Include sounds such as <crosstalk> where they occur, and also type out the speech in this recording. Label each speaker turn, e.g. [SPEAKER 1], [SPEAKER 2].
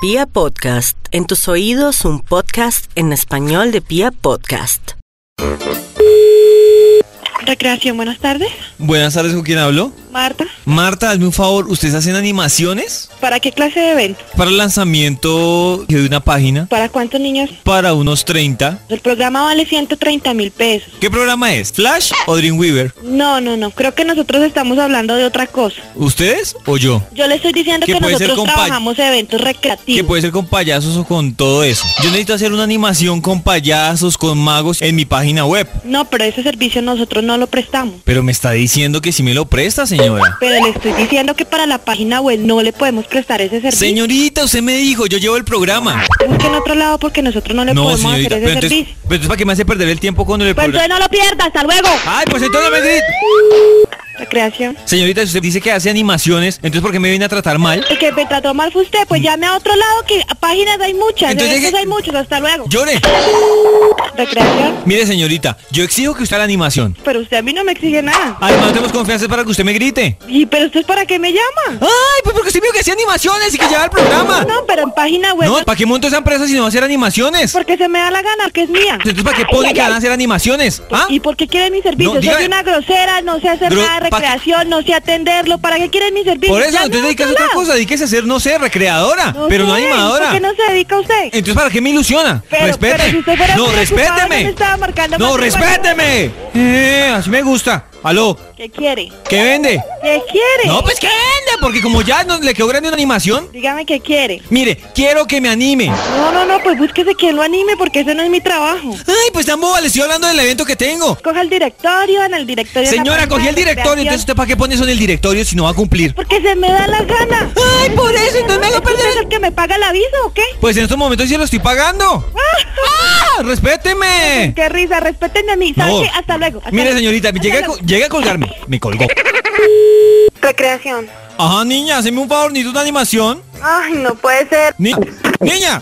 [SPEAKER 1] Pia Podcast, en tus oídos un podcast en español de Pia Podcast.
[SPEAKER 2] Recreación, buenas tardes.
[SPEAKER 3] Buenas tardes, ¿con quién hablo?
[SPEAKER 2] Marta,
[SPEAKER 3] Marta, hazme un favor, ¿ustedes hacen animaciones
[SPEAKER 2] ¿para qué clase de evento?
[SPEAKER 3] para el lanzamiento de una página
[SPEAKER 2] ¿Para cuántos niños?
[SPEAKER 3] para unos 30?
[SPEAKER 2] El programa vale 130 mil pesos.
[SPEAKER 3] ¿Qué programa es? ¿Flash o Dreamweaver?
[SPEAKER 2] No, no, no. Creo que nosotros estamos hablando de otra cosa.
[SPEAKER 3] ¿Ustedes o yo?
[SPEAKER 2] Yo le estoy diciendo
[SPEAKER 3] ¿Qué
[SPEAKER 2] que
[SPEAKER 3] puede ser
[SPEAKER 2] nosotros
[SPEAKER 3] con pa-
[SPEAKER 2] trabajamos eventos
[SPEAKER 3] Que
[SPEAKER 2] recreativos.
[SPEAKER 3] puede ser con payasos o con todo eso. Yo necesito hacer una animación con payasos, con magos en mi página web.
[SPEAKER 2] No, pero ese servicio nosotros no lo prestamos.
[SPEAKER 3] Pero me está diciendo que si me lo presta, señora.
[SPEAKER 2] Pero le estoy diciendo que para la página web no le podemos prestar ese servicio.
[SPEAKER 3] Señorita, usted me dijo, yo llevo el programa.
[SPEAKER 2] Busque en otro lado porque nosotros no le
[SPEAKER 3] No,
[SPEAKER 2] podemos
[SPEAKER 3] señorita,
[SPEAKER 2] hacer
[SPEAKER 3] pero
[SPEAKER 2] ese
[SPEAKER 3] entonces,
[SPEAKER 2] servicio.
[SPEAKER 3] pero entonces, ¿para qué me hace perder el tiempo cuando le
[SPEAKER 2] Pues
[SPEAKER 3] programa?
[SPEAKER 2] entonces no lo pierda. Hasta luego.
[SPEAKER 3] Ay, pues entonces me
[SPEAKER 2] Recreación.
[SPEAKER 3] Señorita, si usted dice que hace animaciones, entonces ¿por qué me viene a tratar mal?
[SPEAKER 2] El que me trató mal fue usted. Pues llame a otro lado que páginas hay muchas.
[SPEAKER 3] Entonces,
[SPEAKER 2] eventos
[SPEAKER 3] ¿qué?
[SPEAKER 2] hay muchos. Hasta luego.
[SPEAKER 3] Llore.
[SPEAKER 2] Recreación.
[SPEAKER 3] Mire, señorita, yo exijo que usted haga animación.
[SPEAKER 2] Pero usted a mí no me exige nada.
[SPEAKER 3] Además, tenemos confianza para que usted me grite.
[SPEAKER 2] ¿Y pero usted para qué me llama?
[SPEAKER 3] Ay, pues porque usted vio que hacía animaciones y que lleva el programa.
[SPEAKER 2] No, pero en página web.
[SPEAKER 3] No, ¿para qué monto esa empresa si no va a hacer animaciones?
[SPEAKER 2] Porque se me da la gana, que es mía.
[SPEAKER 3] Entonces, ¿para qué pone que van a hacer animaciones? ¿Ah?
[SPEAKER 2] ¿Y por qué quieren mis servicios?
[SPEAKER 3] No,
[SPEAKER 2] Soy
[SPEAKER 3] dígame.
[SPEAKER 2] una grosera, no sé hacer
[SPEAKER 3] Gro-
[SPEAKER 2] nada de
[SPEAKER 3] pa-
[SPEAKER 2] recreación, no sé atenderlo. ¿Para qué quieren mis servicios?
[SPEAKER 3] Por eso,
[SPEAKER 2] Llame
[SPEAKER 3] entonces
[SPEAKER 2] a
[SPEAKER 3] dedíquese a
[SPEAKER 2] otro
[SPEAKER 3] otra
[SPEAKER 2] lado.
[SPEAKER 3] cosa, dedíquese a ser, no sé, recreadora, pero no
[SPEAKER 2] sé,
[SPEAKER 3] animadora.
[SPEAKER 2] ¿Por qué no se dedica usted?
[SPEAKER 3] Entonces, ¿para qué me ilusiona?
[SPEAKER 2] Pero-
[SPEAKER 3] Eh, respete.
[SPEAKER 2] pero si usted fuera
[SPEAKER 3] no,
[SPEAKER 2] preocupado,
[SPEAKER 3] respéteme.
[SPEAKER 2] no me estaba marcando
[SPEAKER 3] No,
[SPEAKER 2] más de cuatro-
[SPEAKER 3] respéteme. Eh, así me gusta. Aló,
[SPEAKER 2] ¿Qué quiere?
[SPEAKER 3] ¿qué vende?
[SPEAKER 2] ¿Qué quiere?
[SPEAKER 3] No, pues que vende, porque como ya no, le quedó grande una animación,
[SPEAKER 2] Dígame qué quiere.
[SPEAKER 3] mire, quiero que me anime.
[SPEAKER 2] No, no, no, pues búsquese quien lo anime porque ese no es mi trabajo.
[SPEAKER 3] Ay, pues tan boba, le estoy hablando del evento que tengo.
[SPEAKER 2] Coja el directorio, en el directorio.
[SPEAKER 3] Señora, cogí el directorio, entonces usted para qué pone eso en el directorio si no va a cumplir.
[SPEAKER 2] Porque se me da la
[SPEAKER 3] <laughs>
[SPEAKER 2] gana.
[SPEAKER 3] Ay, por eso, entonces me hago
[SPEAKER 2] ¿Usted es
[SPEAKER 3] perder.
[SPEAKER 2] el que me paga el aviso
[SPEAKER 3] <laughs>
[SPEAKER 2] o qué?
[SPEAKER 3] Pues en estos momentos sí lo estoy pagando. ¡Ah! ¡Respéteme!
[SPEAKER 2] Qué risa, respétenme a mí. ¿Sabes
[SPEAKER 3] Eh. No.
[SPEAKER 2] qué? Hasta luego. hasta
[SPEAKER 3] Mire,
[SPEAKER 2] luego.
[SPEAKER 3] señorita,
[SPEAKER 2] Hasta
[SPEAKER 3] llega a,
[SPEAKER 2] luego.
[SPEAKER 3] co- llega a colgarme. Me colgó.
[SPEAKER 2] Recreación.
[SPEAKER 3] Ajá, niña, hazme un favor, necesito una animación.
[SPEAKER 2] Ay, no puede ser.
[SPEAKER 3] Ni- niña.